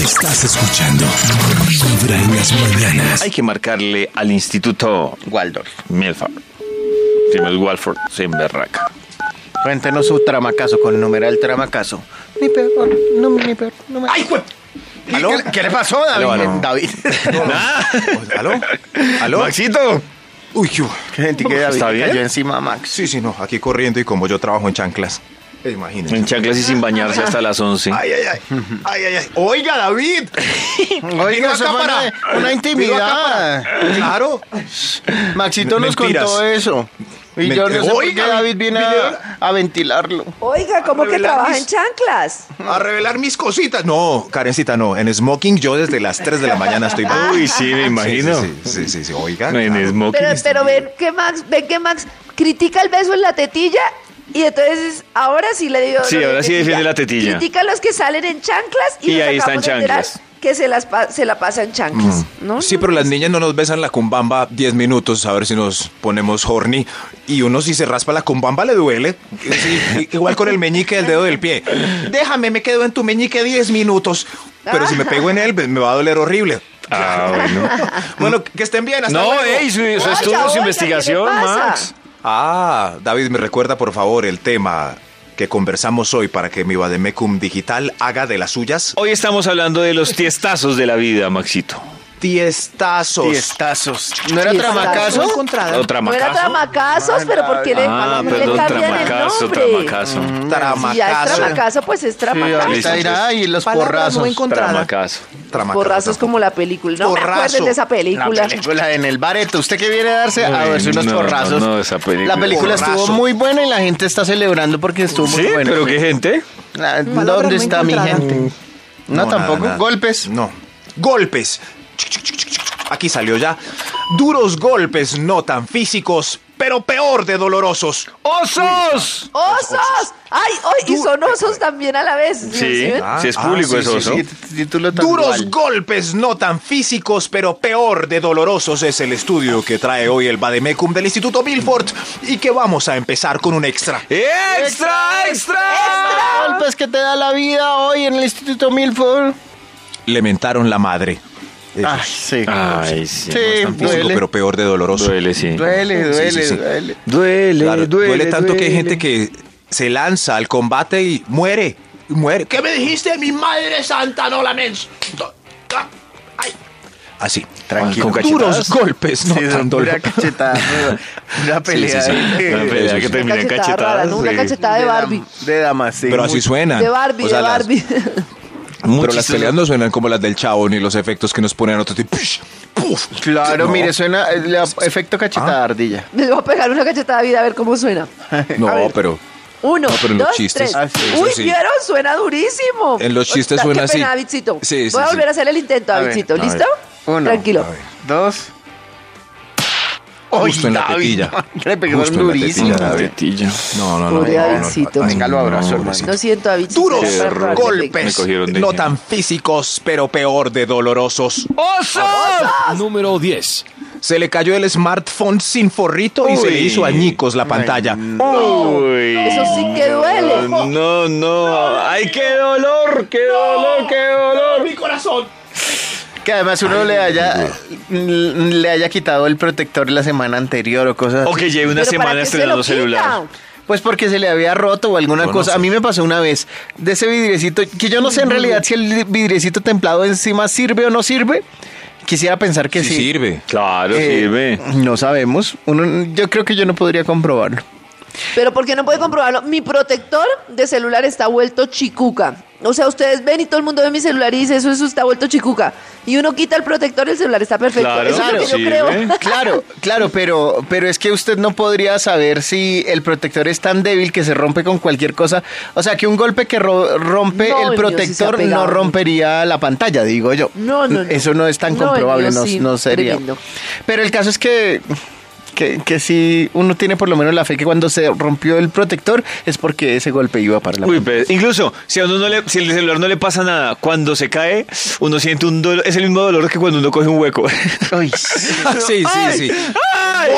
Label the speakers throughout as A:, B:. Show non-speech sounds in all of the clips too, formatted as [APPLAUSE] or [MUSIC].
A: Estás escuchando Vibra en las mañanas.
B: Hay que marcarle al Instituto
C: Waldorf.
B: Milford. Si no es Walford, se emberraca.
C: Cuéntenos su tramacazo con el numeral tramacazo. Mi perro, no, mi perro, no me... ¡Ay, pues! ¿Qué, le pasó, David?
B: Aló, aló.
C: [LAUGHS] David.
B: Nada.
D: ¿Aló? ¿Aló?
B: Maxito.
D: Uy, qué hubo.
C: Qué gente que David
B: ¿Está
C: le
B: bien?
C: cayó encima a Max.
D: Sí, sí, no, aquí corriendo y como yo trabajo en chanclas. Eh,
B: En
D: Imagínense.
B: chanclas y sin bañarse hasta las 11.
D: Ay, ay, ay. Ay, ay, ay. Oiga, David.
C: Oiga, eso fue una, una intimidad.
D: Claro.
C: Maxito nos
D: Mentiras.
C: contó eso. Y yo no
D: Mentira.
C: sé por qué
D: Oiga,
C: David viene a, a ventilarlo.
E: Oiga, ¿cómo que
D: revelar
E: trabaja
D: mis-
E: en chanclas?
D: A revelar mis cositas. No, Karencita, no. En smoking yo desde las 3 de la mañana estoy.
B: Uy, sí, me imagino.
D: [LAUGHS] Sí, sí, sí, sí, sí. Oiga.
B: En
D: claro.
B: smoking.
E: Pero, pero ven que Max, ven que Max critica el beso en la tetilla y entonces ahora sí le dio.
B: Sí,
E: lo de
B: ahora sí defiende la tetilla.
E: Critica a los que salen en chanclas y,
B: Y
E: nos
B: ahí están
E: acabamos de enterar
B: chanclas.
E: Que se las pa- se la pasa en chanclas, ¿no?
D: Sí,
E: No, pues.
D: pero
E: no,
D: las
E: no.
D: niñas no nos besan la cumbamba 10 minutos a ver si nos ponemos horny. Y uno si se raspa la cumbamba le duele. Sí, igual con el meñique del dedo del pie. Déjame, me quedo en tu meñique 10 minutos. Pero si me pego en él, pues, me va a doler horrible.
B: Ah, bueno.
D: [LAUGHS] Bueno, que estén bien. Hasta
B: No,
D: luego.
B: ey, su, su estudio,
E: Oiga, oiga,
B: su
E: ¿qué le
B: investigación,
E: pasa?
B: Max.
D: Ah, David, me recuerda por favor el tema que conversamos hoy para que mi Vademecum Digital haga de las suyas.
B: Hoy estamos hablando de los tiestazos de la vida, Maxito.
D: Tiestazos.
C: Tiestazos. ¿No era
E: Tiestazos.
C: tramacazo?
B: ¿O
E: No era
B: tramacazo?
E: tramacazos, pero ¿por qué le,
B: Ah,
E: le
B: perdón,
E: cambian el
B: tramacazo,
E: nombre?
B: tramacazo.
E: Si ya es
D: Tramacazo.
E: tramacazo, pues es
C: Sí,
E: tramacazo.
B: Listo.
C: ahorita irá y los
D: Palabras no
C: porrazos.
D: encontradas.
B: Tramacazo.
D: Tramacazo.
E: Porrazos como la película. No me
D: Porrazo.
E: acuerden de esa
C: La
E: película.
C: película en el bareto. ¿Usted qué viene a darse? A
B: Ay,
C: verse unos
B: no, no,
C: porrazos.
B: no, esa película.
C: La película
D: Porrazo.
C: estuvo muy buena y la gente está celebrando porque estuvo
B: Sí,
C: muy buena.
B: pero qué gente.
C: Ah, ¿Dónde está mi gente? No,
D: nada,
C: tampoco.
D: Mm. nada.
C: Golpes.
D: No. Golpes. Aquí salió ya. Duros golpes, no tan físicos, pero peor de dolorosos.
B: ¡Osos!
E: ¡Osos! ¡Ay, ay! Y son osos también a la vez. ¿Sí?
B: Sí,
E: ven?
D: Ah,
B: sí es
D: ah,
B: público
D: sí,
B: es oso.
C: Sí, t- título tan
D: Duros
C: dual.
D: golpes, no tan físicos, pero peor de dolorosos es el estudio que trae hoy el Bademecum del Instituto Milford y que vamos a empezar con un extra.
B: ¡Extra, extra!
C: Golpes que te da la vida hoy en el Instituto Milford.
D: Le mentaron la madre. Eso
C: Ay,
D: es
C: sí.
B: Ay, sí.
C: Sí,
D: tan físico,
C: Ah, duele.
D: pero peor de doloroso.
B: Duele, sí.
C: Duele,
D: Ah, Sí,
C: duele,
D: sí, sí.
C: duele.
B: Duele,
D: Claro, duele, tanto que hay gente que se lanza al combate y muere. Muere. ¿Qué me dijiste, mi madre santa? No la mens. Do- ah, ay. Así.
B: Tranquilo.
D: Con
B: cachetadas.
D: Duros golpes, no
C: Sí,
D: tan
C: pura
D: dolor.
C: cachetada.
D: [LAUGHS]
C: Una pelea.
D: sí.
C: de-
B: Una pelea que termina en
E: cachetada rara,
B: cachetadas.
E: ¿no? Una
B: sí.
E: cachetada de
C: dam-
E: Barbie.
C: De damas, sí.
D: Pero así
C: Muy-
D: suena.
E: De Barbie, de Barbie. [LAUGHS]
D: Pero las peleas no suenan como las del chavo ni los efectos que nos ponen otro tipo.
C: Claro,
D: No. Ah.
C: mire, suena el efecto cachetada de ardilla.
E: Les voy a pegar una cachetada de vida a ver cómo suena. A
D: No,
E: ver.
D: pero
E: Uno,
D: No, pero en los
E: dos,
D: chistes-
E: tres.
C: Ah, sí,
D: eso
E: Uy,
D: sí.
E: ¿vieron? Suena durísimo.
D: En los chistes
E: Qué
D: suena así.
E: pena, Davidcito.
D: Sí, sí,
E: Voy a
D: sí.
E: volver a hacer el intento,
C: A ver,
E: Davidcito.
D: a ver.
E: ¿Listo?
C: Uno.
E: Tranquilo.
C: A ver. Dos.
D: Justo en la
C: David, [LAUGHS]
D: tetilla.
C: Le pegaron
D: Justo en la
C: durísimo.
D: tetilla, David.
B: Tetilla.
D: no, no, no.
E: Pobre
D: no, no, no.
E: Davidcito.
C: Venga, lo abrazo,
D: No,
C: hermano.
E: Lo siento, Davidcito.
D: Duros
E: era para robarle
B: Me
D: golpes,
B: cogieron de
D: no
B: lleno.
D: tan físicos, pero peor de dolorosos.
A: Número 10.
D: Se le cayó el smartphone sin forrito y se le hizo añicos la pantalla.
B: Uy.
E: Eso sí que duele.
B: No, no. Ay, qué dolor, qué dolor, qué dolor.
C: Que además uno le haya le haya quitado el protector la semana anterior o cosas
B: O
C: así.
B: que lleve una
E: Pero ¿para
B: semana
E: qué se
B: estrenando
E: lo
B: celular.
E: quita?
C: Pues porque se le había roto o alguna
D: no
C: cosa.
D: sé.
C: A mí me pasó una vez de ese vidriecito, que yo no sé en realidad si el vidriecito templado encima sirve o no sirve. Quisiera pensar que
D: Sí,
C: sí.
D: sirve.
B: Claro,
C: Eh,
B: sirve.
C: No sabemos. Uno, yo creo que yo no podría comprobarlo.
E: Pero porque no puede comprobarlo. Mi protector de celular está vuelto chicuca. O sea, ustedes ven y todo el mundo ve mi celular y dice, eso, eso está vuelto chicuca. Y uno quita el protector y el celular está perfecto.
B: Claro,
E: eso es lo que yo
B: sí, ¿eh?
E: creo.
C: Claro, claro, pero, pero es que usted no podría saber si el protector es tan débil que se rompe con cualquier cosa. O sea, que un golpe que ro- rompe
E: No, el mío
C: el
E: sí se ha
C: protector
E: pegado.
C: no rompería la pantalla, digo yo.
E: No, no, no.
C: Eso no es tan
E: No, el
C: comprobable,
E: mío
C: no,
E: sí,
C: no sería.
E: tremendo.
C: Pero el caso es que, que, que si uno tiene por lo menos la fe que cuando se rompió el protector es porque ese golpe iba para la
B: Uy, pero incluso si a uno no le, si el celular no le pasa nada, cuando se cae, uno siente un dolor, es el mismo dolor que cuando uno coge un hueco. [LAUGHS]
C: Uy,
D: Sí, sí, sí.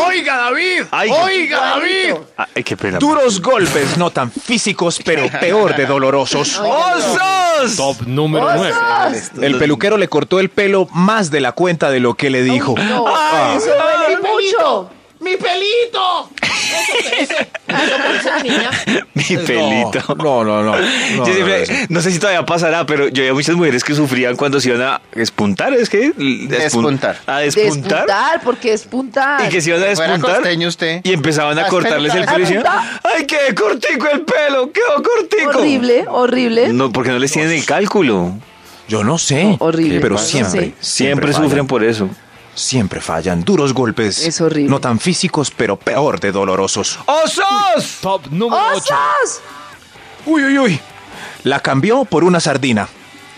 B: ¡Oiga, David! ¡Oiga, David! Ay, qué pena.
D: Duros golpes, no tan físicos, pero peor de dolorosos.
B: ¡Osos! ¡Osos!
F: Top número
E: ¡Osos!
F: 9.
D: El peluquero le cortó el pelo más de la cuenta de lo que le dijo.
E: No,
D: Ah.
E: eso duele mucho.
G: ¡Mi pelito! Eso
E: [LAUGHS]
G: parece, eso parece niña.
B: [LAUGHS] Mi pelito.
D: No, no, no. no,
B: Yo
D: no,
B: siempre-
D: no, no.
B: no sé si todavía pasará, pero yo veía muchas mujeres que sufrían cuando se iban a espuntar, es que L-
C: Despuntar.
B: a despuntar,
E: Despuntar, porque despuntar.
B: y que se iban a
C: Si fuera
B: despuntar
C: costeño usted.
B: y empezaban a
C: Ah,
B: cortarles el
C: espera,
B: pelo y decían,
E: espera.
B: [LAUGHS] ay qué cortico el pelo, quedó cortico.
E: Horrible, horrible.
B: No, porque no les tienen el cálculo.
D: Yo no sé.
E: Horrible.
D: Pero
E: No
D: siempre.
E: sé.
B: Siempre,
D: fallan.
B: sufren por eso.
D: Siempre fallan. Duros golpes.
E: Es horrible.
D: No tan físicos, pero peor de dolorosos. Ah,
B: ¡Osos!
F: Top número 8.
E: ¡Osos!
D: Uy, uy, uy. La cambió por una sardina.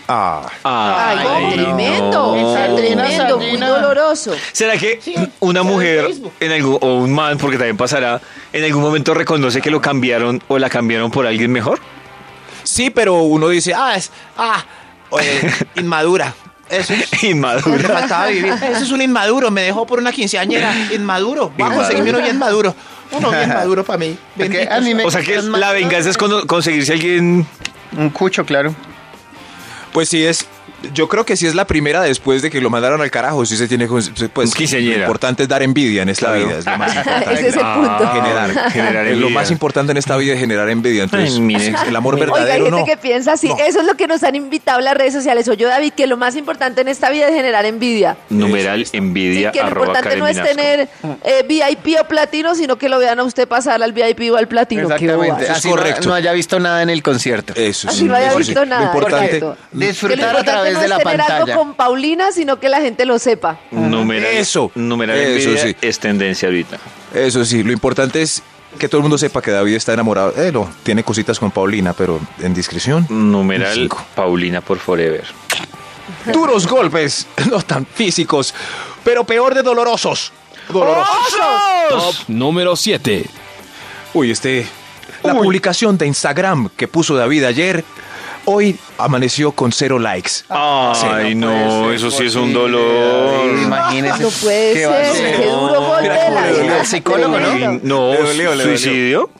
D: Ah.
E: Ay,
B: no.
E: tremendo. Tremendo, muy
B: [LAUGHS]
C: Sardina.
E: doloroso. [LAUGHS]
B: ¿Será que
G: Sí,
B: una
G: sale en
B: mujer
G: Facebook.
B: en algún, o un man, porque también pasará, en algún momento reconoce que lo cambiaron o la cambiaron por alguien mejor? [LAUGHS]
D: Sí, pero uno dice, ah, es. Ah. [LAUGHS] oye, inmadura. Eso es.
B: Inmadura.
D: le faltaba vivir.
G: Ese es un inmaduro, me dejó por una quinceañera. Inmaduro. Va a
B: Inmaduro.
G: conseguirme uno bien maduro. Uno bien maduro para mí.
C: [LAUGHS] Porque
G: Bendito
C: a mí me-
B: O sea que
C: Es más-
B: la venganza es con- conseguirse a alguien.
C: Un cucho, claro.
D: Pues sí es. Yo creo que sí es la primera después de que lo mandaron al carajo. Sí se tiene. cons- Pues,
B: Quinceañera.
D: Lo importante es dar envidia en esta
B: Claro.
D: vida. Es lo más importante.
E: Ese es el
B: Ah,
E: punto.
D: Generar.
B: generar
D: Es lo
B: envidia.
D: más importante en esta vida es generar envidia. Entonces,
B: Ay, mire.
D: el amor
E: Oiga, hay
D: verdadero
E: gente
D: no.
E: que piensa así.
D: No.
E: Eso es lo que nos han invitado las redes sociales. O yo, David, que lo más importante en esta vida es generar envidia.
B: Numeral
E: Sí,
B: envidia
E: que lo
B: arroba
E: importante no es
B: Karen Vinasco.
E: tener eh, VIP o platino, sino que lo vean a usted pasar al VIP o al platino. Qué
C: Exactamente.
E: boba.
D: es
C: Así no-
D: correcto.
C: No, haya visto nada en el concierto.
D: Eso
E: Así
D: sí,
E: no haya
D: eso sí.
E: visto nada.
D: Lo importante.
E: exacto. Que lo
C: Disfrutar a
E: importante
C: través
E: no
C: de
E: es
C: la
E: tener
C: pantalla.
E: algo con Paulina, sino que la gente lo sepa.
B: Numeral,
D: Eso.
B: Numeral
D: Eso
B: envidia
D: sí.
B: es tendencia ahorita.
D: Eso sí, lo importante es que todo el mundo sepa que David está enamorado. Eh, no, tiene cositas con Paulina, pero en discreción.
B: Numeral
D: Cinco.
B: Paulina por Forever.
D: Duros golpes, [LAUGHS] no tan físicos, pero peor de dolorosos. Dolorosos.
F: Top número 7.
D: Uy, este. La
C: Uy.
D: publicación de Instagram que puso David ayer, hoy amaneció con cero likes.
C: Ah,
B: Ay, no, eso sí es un
C: Ay,
B: dolor.
C: Imagínese.
E: No puede
C: Qué
E: ser.
C: vacío.
E: Qué duro golpe
D: Mira
E: de
D: cómo
E: la
D: le dolió
E: vida.
D: al
C: psicólogo, ¿no?
E: Tremendo.
B: No,
D: Le dolió, le dolió.
B: suicidio.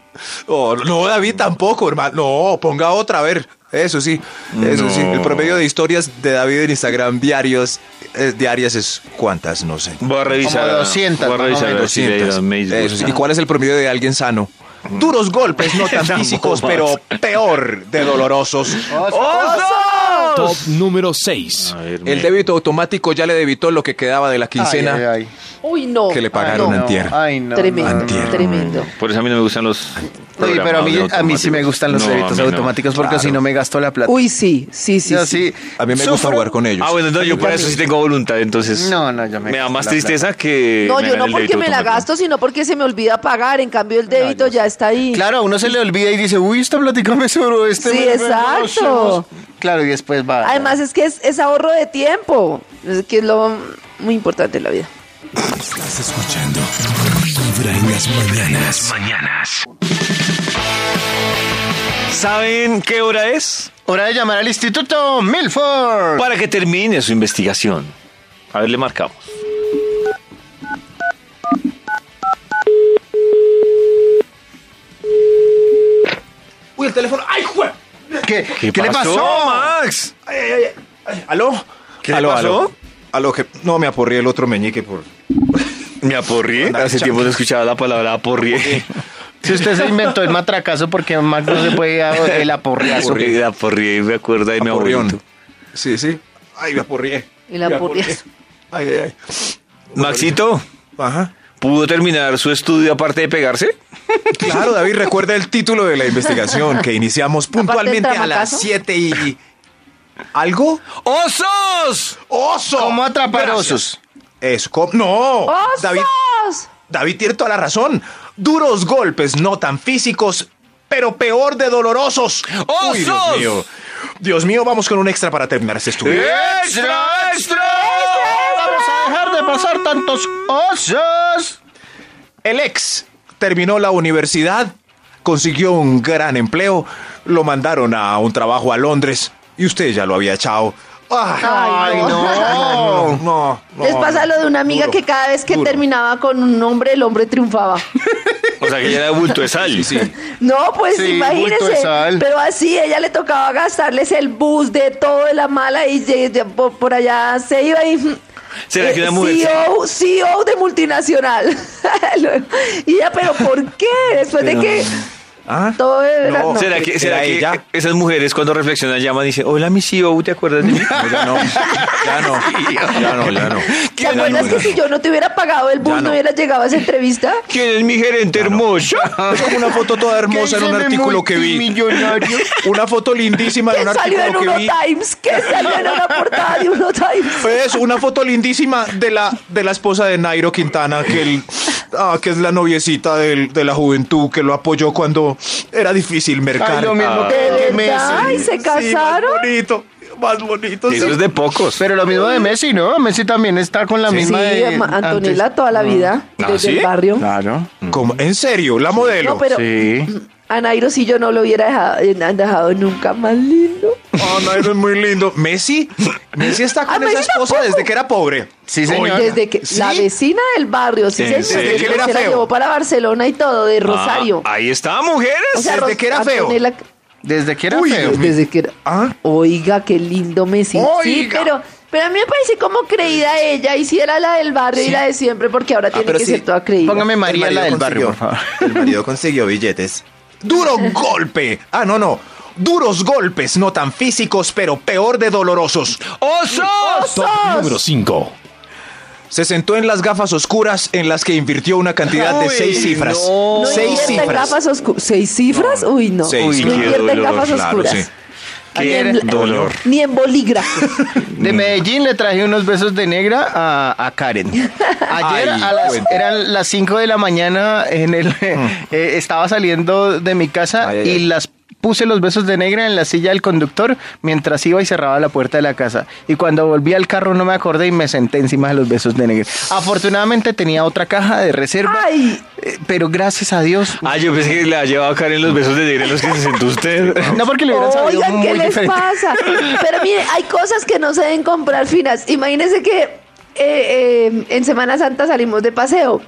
D: Oh, no, David tampoco, hermano. No, ponga otra, a ver. Eso sí, eso
B: No.
D: sí. El promedio de historias de David en Instagram diarios, eh, diarias es cuántas, no sé.
B: Voy a revisar.
C: Como
B: a-
C: 200,
B: Voy a
C: más o
B: revisar. a Mm. ver si le
D: 200.
B: dan mails.
D: Eso sí. ¿Y cuál es el promedio de alguien sano? Duros
B: [LAUGHS]
D: golpes, no tan
B: Tan
D: físicos, pero
B: bobas.
D: peor de dolorosos.
F: Top número 6.
B: A ver,
D: El
B: mail.
D: débito automático ya le debitó lo que quedaba de la quincena
C: Ay, ay, ay.
E: Uy, no.
D: que le pagaron
E: No.
D: antier.
C: Ay, no.
E: Tremendo,
C: no, no.
D: Antier.
E: tremendo.
B: Por eso a mí no me gustan los.
C: Oye, pero a mí,
B: programas
C: a mí sí me
B: automáticos.
C: gustan los
B: No, a
C: eventos
B: mí no.
C: automáticos porque
D: Claro.
C: si no me gasto la plata.
E: Uy, sí, sí, sí.
C: Yo
E: sí.
C: sí.
D: A mí me gusta
C: Sufro-
D: jugar con ellos.
B: Ah, bueno, no, yo para eso sí tengo voluntad, entonces.
C: No, no, yo me
B: me. da
C: gasto
B: más
C: la
B: tristeza que.
E: No,
B: me
E: yo
B: gane
E: no
B: el
E: porque
B: débito
E: me la
B: automático.
E: gasto, sino porque se me olvida pagar. En cambio, el débito ya está ahí.
C: Claro, a uno se le olvida y dice, uy, esta plática me sobró este.
E: Sí,
C: me- me-
E: exacto.
C: no, no, no. Claro, y después va.
E: Además, es que es, es ahorro de tiempo, es que es lo muy importante en la vida.
A: Estás escuchando Vibra en las mañanas.
B: ¿Saben qué hora es?
C: Hora de llamar al Instituto Milford.
B: Para que termine su investigación. A ver, le marcamos.
G: Uy, el teléfono. ¡Ay, jue!
C: ¿Qué, ¿qué le pasó?
D: [LAUGHS]
B: Max?
D: Ay, ay, ay, ay. ¿Aló?
B: ¿Qué le
D: ¿Aló,
B: pasó?
D: aló? Aló, que no me aporré el otro meñique por.
B: Me aporrié.
D: Andaba
B: Hace
D: escuchando.
B: tiempo no escuchaba la palabra [LAUGHS] aporrié.
C: Si usted se inventó el matracazo porque Max no se puede dar el aporreazo.
B: Aporrié, aporrié, me acuerdo de mi
D: Aporrión.
B: abuelito.
D: Sí, sí. Ay, me aporrié.
E: Y la
D: Me
E: aporrié.
D: aporrié. Ay, ay, ay.
B: Maxito,
D: Ajá.
B: ¿pudo terminar su estudio aparte de pegarse?
D: Claro, David, recuerda el título de la investigación que iniciamos
E: del
D: puntualmente a las
E: tramacazo.
D: 7 y. ¿Algo?
B: ¡Osos!
D: ¡Oso!
C: ¿Cómo atrapar
D: Gracias.
C: osos?
D: Eso, ¿cómo? ¡No!
E: ¡Osos!
D: David, David tiene toda la razón. Duros golpes, no tan físicos, pero peor de dolorosos. Uy,
B: ¡Osos!
D: Dios mío. Dios mío, vamos con un extra para terminar este estudio.
B: ¡Extra,
C: Vamos a dejar de pasar tantos osos.
D: El ex terminó la universidad, consiguió un gran empleo, lo mandaron a un trabajo a Londres y usted ya lo había echado. Ah. Ay,
E: Ay, no.
D: no, no, no.
E: Les pasa lo de una amiga
D: Duro,
E: que cada vez que
D: duro.
E: terminaba con un hombre, el hombre triunfaba.
B: O sea, que ya era bulto [LAUGHS] de sal.
E: No, pues
C: Sí, bulto de
E: imagínense.
C: sal.
E: Pero así ella le tocaba gastarles el bus de todo de la mala y de- de- por, por allá se iba y. E mm,
B: ¿Será que una mujer se-
E: CEO, CEO de multinacional. [LAUGHS] Luego, y ella, pero ¿por qué? Después de que
D: ¿Ah?
E: todo era.
D: No.
B: ¿Será que, será
D: ¿Era
B: que
D: ella?
B: esas mujeres cuando reflexionan llaman y dicen, hola mi CEO, ¿te acuerdas de mí?
D: No, ya no. Ya no. Ya no,
B: [LAUGHS]
D: ya no.
E: ¿Te acuerdas que si yo no te hubiera pagado el bus,
D: Ya
E: no.
D: no.
E: hubiera llegado a esa entrevista?
B: ¿Quién es mi gerente [LAUGHS] hermoso?
D: Una foto toda hermosa en un artículo que vi.
C: Millonario.
D: [LAUGHS] Una foto lindísima en
E: Que
D: un
E: [LAUGHS] salió en
D: artículo
E: Uno
D: que vi.
E: Times, que salió en una portada de Uno Times.
D: Es una foto lindísima de la, de la esposa de Nairo Quintana, que, el- ah, que es la noviecita del- de la juventud, que lo apoyó cuando era difícil mercar. Ah,
C: Ay, lo mismo que,
E: ¿De
C: que
E: verdad?
C: Messi.
E: ¿Y se
D: Sí,
E: casaron?
D: más bonito, más bonito.
B: Eso
D: sí.
B: es de pocos.
C: Pero lo mismo de Messi, ¿no? Messi también está con la
E: Sí,
C: misma de
E: ma- Antonela
C: antes. Mm.
E: toda la vida,
B: Ah,
E: desde
B: ¿sí?
E: el barrio.
C: Claro.
D: ¿Cómo? ¿En serio? ¿La modelo?
E: No, pero
C: Sí.
E: a Nairo si yo no lo hubiera dejado, eh, han dejado nunca más lindo.
D: Ah, Nairo es muy lindo. Messi, Messi está
E: Ah,
D: con
E: Messi
D: esa esposa
E: tampoco.
D: desde que era pobre.
C: Sí, señor.
E: Desde que
D: ¿sí?
E: la vecina del barrio, sí,
B: ¿En
E: señor,
B: serio?
E: desde
D: Era
E: que se la
D: feo.
E: llevó para Barcelona y todo, de Rosario.
B: Ah, ahí está, mujeres.
D: desde
E: Ros-
D: que era feo.
E: Antonella-
C: Desde que era
D: Uy,
C: feo.
E: desde que era-
D: Ah.
E: Oiga, qué lindo Messi. Sí,
D: Oiga.
E: pero, pero a mí me parece como creída ella, y si era la del barrio y la de siempre, porque ahora tiene
D: Ah, pero
E: que
D: sí.
E: ser toda creída.
C: Póngame María
D: El
C: la del
D: marido
C: barrio, por
D: consiguió-
C: favor.
D: El marido consiguió billetes. [LAUGHS] Duro golpe. Ah, no, no. Duros golpes, no tan físicos, pero peor de dolorosos.
B: ¡Osos!
F: Top número 5.
D: Se sentó en las gafas oscuras en las que invirtió una cantidad de
B: Uy,
D: seis cifras.
B: no.
E: No
D: Seis
E: invierta en
D: cifras.
E: gafas oscuras. ¿Seis cifras? Uy, no.
D: Seis,
E: no
D: claro.
E: invierta en
B: Dolor,
E: gafas
D: claro,
E: oscuras.
D: sí.
E: Ni
B: Qué
E: en-
B: dolor.
E: Ni en bolígrafo.
D: [LAUGHS]
C: De
E: Mm.
C: Medellín le traje unos besos de negra a, a
E: [LAUGHS]
C: Karen. Ayer
D: Ay,
C: a las-
D: cuenta.
C: eran las 5 de la mañana, en el,
E: Mm.
C: [LAUGHS] eh, estaba saliendo de mi casa
D: Ay, ay,
C: y
D: ay.
C: las puse los besos de negra en la silla del conductor mientras iba y cerraba la puerta de la casa. Y cuando volví al carro no me acordé y me senté encima de los besos de negra. Afortunadamente tenía otra caja de reserva,
E: Ay.
C: eh, pero gracias a Dios...
B: Ah, yo pensé que la llevaba Karen los besos de negra en los que se sentó usted.
C: No porque le hubieran sabido
E: Oigan,
C: muy
E: ¿qué les
C: diferente.
E: pasa? Pero mire, hay cosas que no se deben comprar finas. Imagínense que eh, eh, en Semana Santa salimos de paseo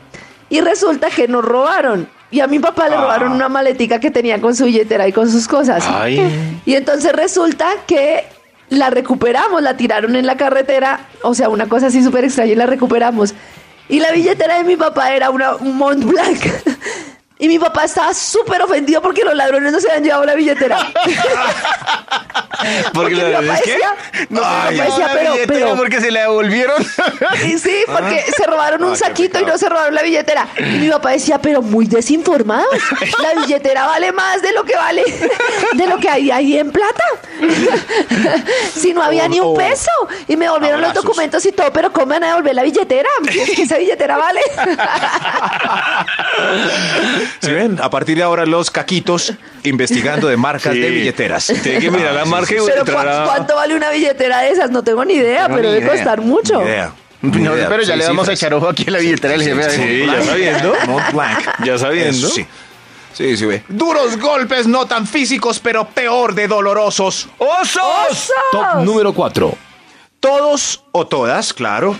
E: y resulta que nos robaron. Y a mi papá le
C: Ah.
E: robaron una maletica que tenía con su billetera y con sus cosas.
B: Ay.
E: Y entonces resulta que la recuperamos, la tiraron en la carretera, o sea, una cosa así súper extraña y la recuperamos. Y la billetera de mi papá era una un Mont Blanc. [LAUGHS] Y mi papá estaba súper ofendido porque los ladrones no se habían llevado la billetera.
B: Porque
E: mi
B: la verdad
E: papá
B: es que...
E: decía- mi papá
B: Ay,
E: decía, pero, pero-
C: porque se la devolvieron.
E: Sí, [LAUGHS] sí, porque se robaron un saquito y no se robaron la billetera. Y mi papá decía, pero muy desinformados. La billetera vale más de lo que vale, de lo que hay ahí en plata. [LAUGHS] Si no había ni un peso. Y me devolvieron los
D: Abrazos.
E: documentos y todo, pero ¿cómo me van a devolver la billetera? Es que esa billetera vale.
D: [LAUGHS] ¿Sí ven? A partir de ahora los caquitos investigando de marcas
B: Sí.
D: de billeteras.
B: Tiene que mirar la
D: Ah, sí,
B: marca
D: sí,
B: y
D: sí.
E: [LAUGHS] Pero ¿cu-
B: entrar a-
E: ¿cuánto vale una billetera de esas? No tengo ni idea,
C: Tengo
E: pero
C: ni
E: debe
C: idea,
E: costar mucho.
D: Ni idea, ni
C: No,
D: idea.
C: pero ya
D: Seis
C: le vamos a
D: cifras.
C: echar ojo aquí a la billetera del jefe.
B: Sí, ya
D: [LAUGHS]
B: sabiendo.
D: Mont Blanc.
B: Ya sabiendo.
D: Eso Sí. Sí, sí, ve. Duros golpes, no tan físicos, pero peor de dolorosos.
B: ¡Osos!
F: Top número 4.
D: Todos o todas, claro,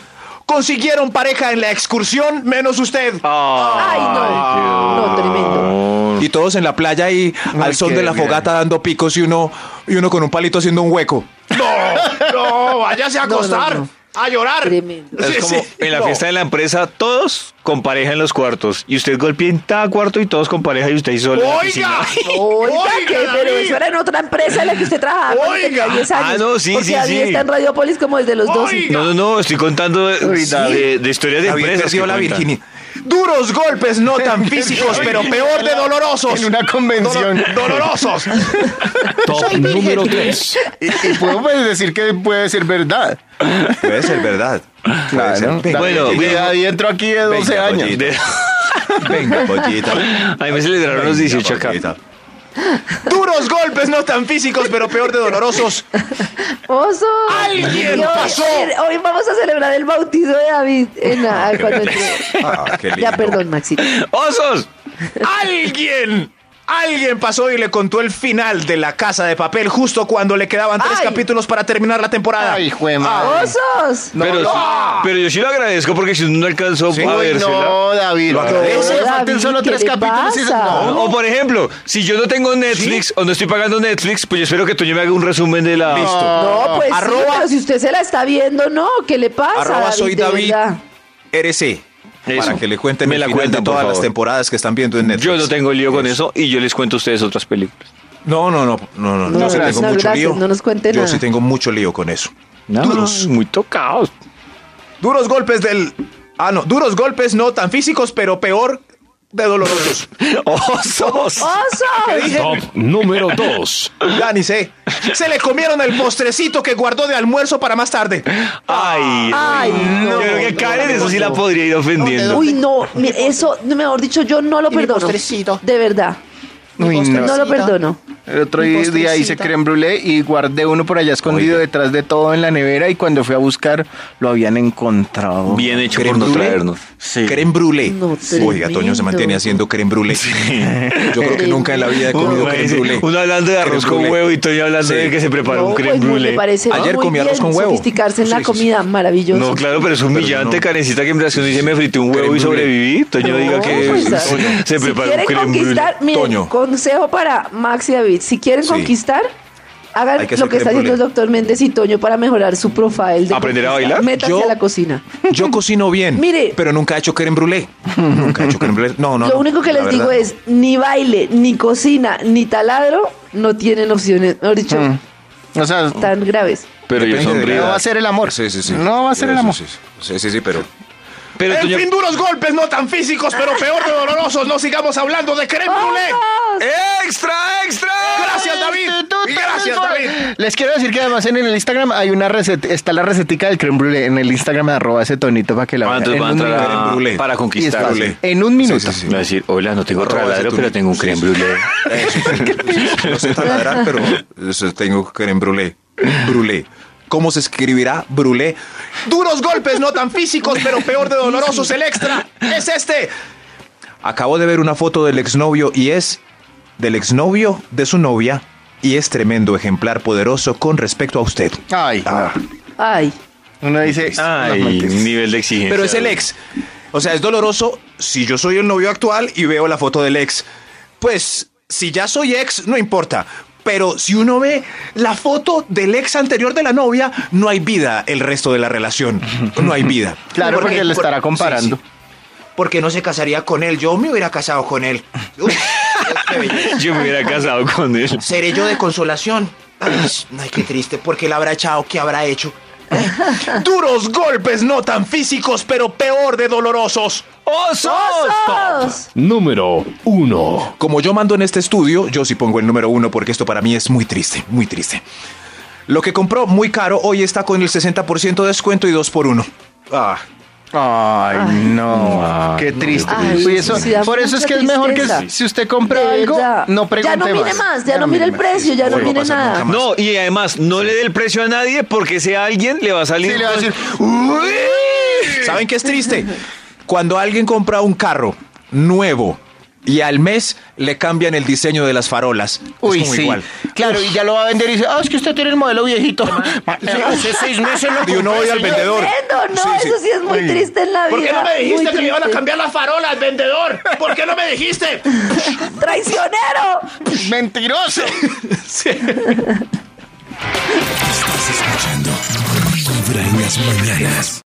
D: consiguieron pareja en la excursión, menos usted.
B: Ah.
E: Ay, no. No, tremendo.
D: Y todos en la playa y al son
C: qué
D: de la
C: bien.
D: fogata dando picos y uno, y uno con un palito haciendo
B: [LAUGHS]
D: un hueco. No, no, váyase a acostar, a llorar.
E: Tremendo.
B: Es
D: Sí,
B: como
D: sí,
B: en la
D: no.
B: fiesta de la empresa, todos con pareja en los cuartos. Y usted golpea en cada cuarto y todos con pareja y usted sola. en la
D: Oiga,
B: piscina.
E: Oiga, que, pero
D: David,
E: eso era en otra empresa en la que usted trabajaba cuando
D: Oiga.
E: tenía 10
B: Ah,
E: años.
B: no, sí,
E: porque
B: sí,
E: David
B: sí.
E: está en Radiopolis como desde los 12.
D: Oiga.
B: No, no, no, estoy contando de,
C: Uy, David.
B: de- de historias de
D: David
B: empresas.
D: perdió
B: que
D: la
B: cuentan.
D: virginidad. Duros golpes, no
C: [LAUGHS]
D: tan físicos, pero peor de dolorosos.
C: En una convención.
D: Dolo- dolorosos.
F: Top número 3.
C: Y, y puedo pues, decir que puede ser verdad.
B: Ah,
D: Puede ser verdad.
C: Claro.
B: Bueno,
C: Y
B: bueno.
C: David entró aquí de 12
B: pues,
D: Venga,
C: años.
D: pollito.
B: De-
D: Venga, pollito.
B: a mí me celebraron los 18 acá.
D: Duros golpes, no tan físicos, pero peor
B: [LAUGHS]
D: de dolorosos.
E: ¡Oso!
D: Alguien
E: Y hoy,
D: pasó.
E: hoy vamos a celebrar el bautizo de David
D: [LAUGHS]
E: en la- cuando entró.
D: Ah, qué
E: Ya,
D: lindo.
E: perdón, Maxito.
B: ¡Osos!
D: ¡Alguien! Alguien pasó y le contó el final de La Casa de Papel justo cuando le quedaban tres
E: Ay.
D: capítulos para terminar la temporada. Ah,
C: Ay, hijo
B: Ah,
C: de madre.
E: ¡Osos!
B: pero, sí- pero yo sí lo agradezco porque si no alcanzó
D: Sí.
B: a
D: Uy,
B: vérsela.
C: No, David.
D: Lo
C: No,
D: agradezco.
C: le
E: David,
C: faltan solo
E: ¿qué
C: tres
E: le
C: capítulos. y-
E: pasa?
C: No,
B: O por ejemplo, si yo no tengo Netflix o no estoy pagando Netflix, pues yo espero que Toño me haga un resumen de la.
E: No, pues sí,
D: Arroba-
E: pero si usted se la está viendo, no, ¿qué le pasa?
D: Arroba soy
E: de
D: David.
E: verdad?
D: RC.
B: Eso.
D: Para que le cuenten
B: Me
D: el
B: la
D: final
B: cuentan,
D: de
B: por
D: todas las
B: favor.
D: temporadas que están viendo en Netflix.
B: Yo no tengo lío con eso y yo les cuento a ustedes otras películas.
D: No, no, no, no, no,
E: No,
D: yo sí
E: gracias,
D: tengo
E: no,
D: mucho
E: gracias,
D: lío.
E: no nos cuente
D: yo
E: nada.
D: sí tengo mucho lío con eso.
B: Duros, muy tocados.
D: Duros golpes del... Ah, no, duros golpes no tan físicos, pero peor de
E: [LAUGHS]
D: dolorosos.
B: ¡Osos!
E: ¡Osos!
F: Top número 2.
D: ya ni sé. Se le comieron el postrecito que guardó de almuerzo para más tarde. Ah.
B: Ay,
E: Ay, no.
B: yo creo que Karen eso sí la podría ir ofendiendo.
E: Uy, no, mi- eso, mejor dicho, yo no lo perdono. De verdad,
C: Uy, no.
E: no lo perdono.
C: El otro día hice creme brûlée y guardé uno por allá escondido detrás de todo en la nevera y cuando fui a buscar lo habían encontrado.
B: Bien hecho por
D: Creme
B: no
D: brûlée.
B: traernos.
C: Sí.
D: Creme brûlée.
E: No,
D: Oiga, Toño se
E: tremendo.
D: mantiene haciendo creme brûlée. Yo creo que nunca en la vida he comido
B: Uno
D: creme
B: dice-
D: brûlée.
B: Uno hablando de arroz
D: Creme
B: con
D: brûlée.
B: huevo y Toño hablando
D: Sí.
B: de que se preparó
E: No,
B: un creme
E: pues,
B: brûlée.
E: me parece
D: Ayer
E: muy
D: comí
E: bien
D: arroz con huevo.
E: sofisticarse en la
D: Sí, sí, sí.
E: comida, maravilloso.
B: No, claro, pero es humillante,
D: no.
B: Karencita, que en Brasil dice me frité un huevo
D: Creme
B: y
D: brûlée.
B: sobreviví. Toño
E: No,
B: diga que
E: pues, ah,
B: se
E: si
B: preparó un
E: quieren
B: creme brûlée.
E: conquistar, miren,
D: Toño.
E: consejo para Max y David, si quieren
D: Sí.
E: conquistar, hagan
D: Hay que
E: lo
D: hacer
E: que está
D: creme
E: haciendo el doctor Méndez y Toño para mejorar su profile. De
B: ¿Aprender a
E: conquista.
B: bailar?
E: Métanse
D: Yo-
E: a la cocina.
D: Yo cocino bien,
E: Mire.
D: pero nunca he hecho creme brûlée. Nunca he hecho creme brûlée. No, no.
E: lo
D: no,
E: único que
D: la
E: les digo
D: verdad.
E: es, ni baile, ni cocina, ni taladro, no tienen opciones, mejor dicho,
D: Mm.
C: O sea,
E: tan graves.
B: Pero yo
D: Depende de
B: sonrío.
D: la-
C: No va a ser el amor.
D: Sí, sí, sí.
C: No va a ser el
D: Eso,
C: amor.
D: Sí, sí, sí, sí, sí, pero...
B: Pero
D: en
B: Toño-
D: fin, duros golpes no tan físicos, pero peor de dolorosos. No sigamos hablando de creme brûlée.
B: Eh. ¡Extra, extra!
D: Gracias, David.
C: Instituto
D: Gracias,
C: Milford.
D: David.
C: Les quiero decir que además en el Instagram hay una receta, está la recetica del creme brulee en el Instagram de arroba ese tonito para que la
B: Ah,
C: vean.
B: entonces
C: En
B: van a
C: un
B: entrar
C: minuto.
B: a-
D: Creme brûlée.
B: para
C: Y es
B: conquistar.
C: fácil.
D: brûlée.
C: En un minuto.
D: sí,
B: Me va a decir, hola, no tengo
D: Arroba
B: taladro,
D: ese
B: pero
D: tuit.
B: tengo un
D: Sí,
B: creme
D: sí.
B: brûlée.
D: No sé taladrar, pero eso tengo creme brûlée. Brûlée. ¿Cómo se escribirá brûlée? Duros golpes, no tan físicos, pero peor de dolorosos. El extra es este. Acabo de ver una foto del exnovio y es del exnovio de su novia y es tremendo ejemplar poderoso con respecto a usted.
C: Ay,
D: Ah.
E: Ay,
C: uno dice,
B: Ay,
C: no, mentiras.
B: nivel de exigencia.
D: Pero es el ex. O sea, es doloroso si yo soy el novio actual y veo la foto del ex. Pues si ya soy ex, no importa. Pero si uno ve la foto del ex anterior de la novia, no hay vida el resto de la relación. No hay vida.
C: [LAUGHS] Claro, porque lo
D: por-
C: estará comparando.
D: sí, sí. Porque no se casaría con él. Yo me hubiera casado con él. Uy, [LAUGHS] qué belleza.
B: Yo me hubiera casado con él.
D: Seré yo de
C: Ah.
D: consolación.
C: [CLEARS THROAT]
D: Ay, ay, qué triste, porque la habrá echado, ¿qué habrá hecho? ¿Eh?
C: [LAUGHS]
D: Duros golpes, no tan físicos, pero peor de dolorosos.
E: ¡osos!
F: Número 1.
D: Como yo mando en este estudio, yo sí pongo el número uno porque esto para mí es muy triste, muy triste. Lo que compró muy caro hoy está con el 60% de descuento y 2 por 1 Ah,
C: Ay, no. Qué triste.
E: Ay,
C: Uy, eso-
E: sí, da
C: por eso es
E: mucha
C: que es mejor que
E: tristeza.
C: si- si usted compra
E: De
C: algo,
E: verdad.
C: no pregunte
E: Ya no mire más, ya no mire el precio, ya no
D: Bueno,
E: mire
D: pasa nunca
E: nada.
D: más.
B: No, y además, no le dé el precio a nadie porque ese alguien le va a salir.
C: Sí, le va a
B: con-
C: decir,
D: ¿Saben qué
C: [LAUGHS]
D: es triste? Cuando alguien compra un carro nuevo y al mes le cambian el diseño de las farolas. Es
C: Uy,
D: como
C: sí.
D: igual.
C: Claro, y ya lo va a vender y dice, ah, es que usted tiene el modelo viejito. [LAUGHS] Hace seis meses lo
D: Y uno
C: compré,
D: odia al
C: señor.
D: vendedor.
E: Tremendo, no,
D: Sí, sí.
E: eso sí es muy triste en la vida.
G: ¿Por qué no me dijiste
E: muy
G: que le iban a
E: triste.
G: cambiar las farolas, vendedor? ¿Por qué no me dijiste?
E: [LAUGHS] ¡Traicionero!
C: Mentiroso.
A: Estás escuchando Vibra en las mañanas.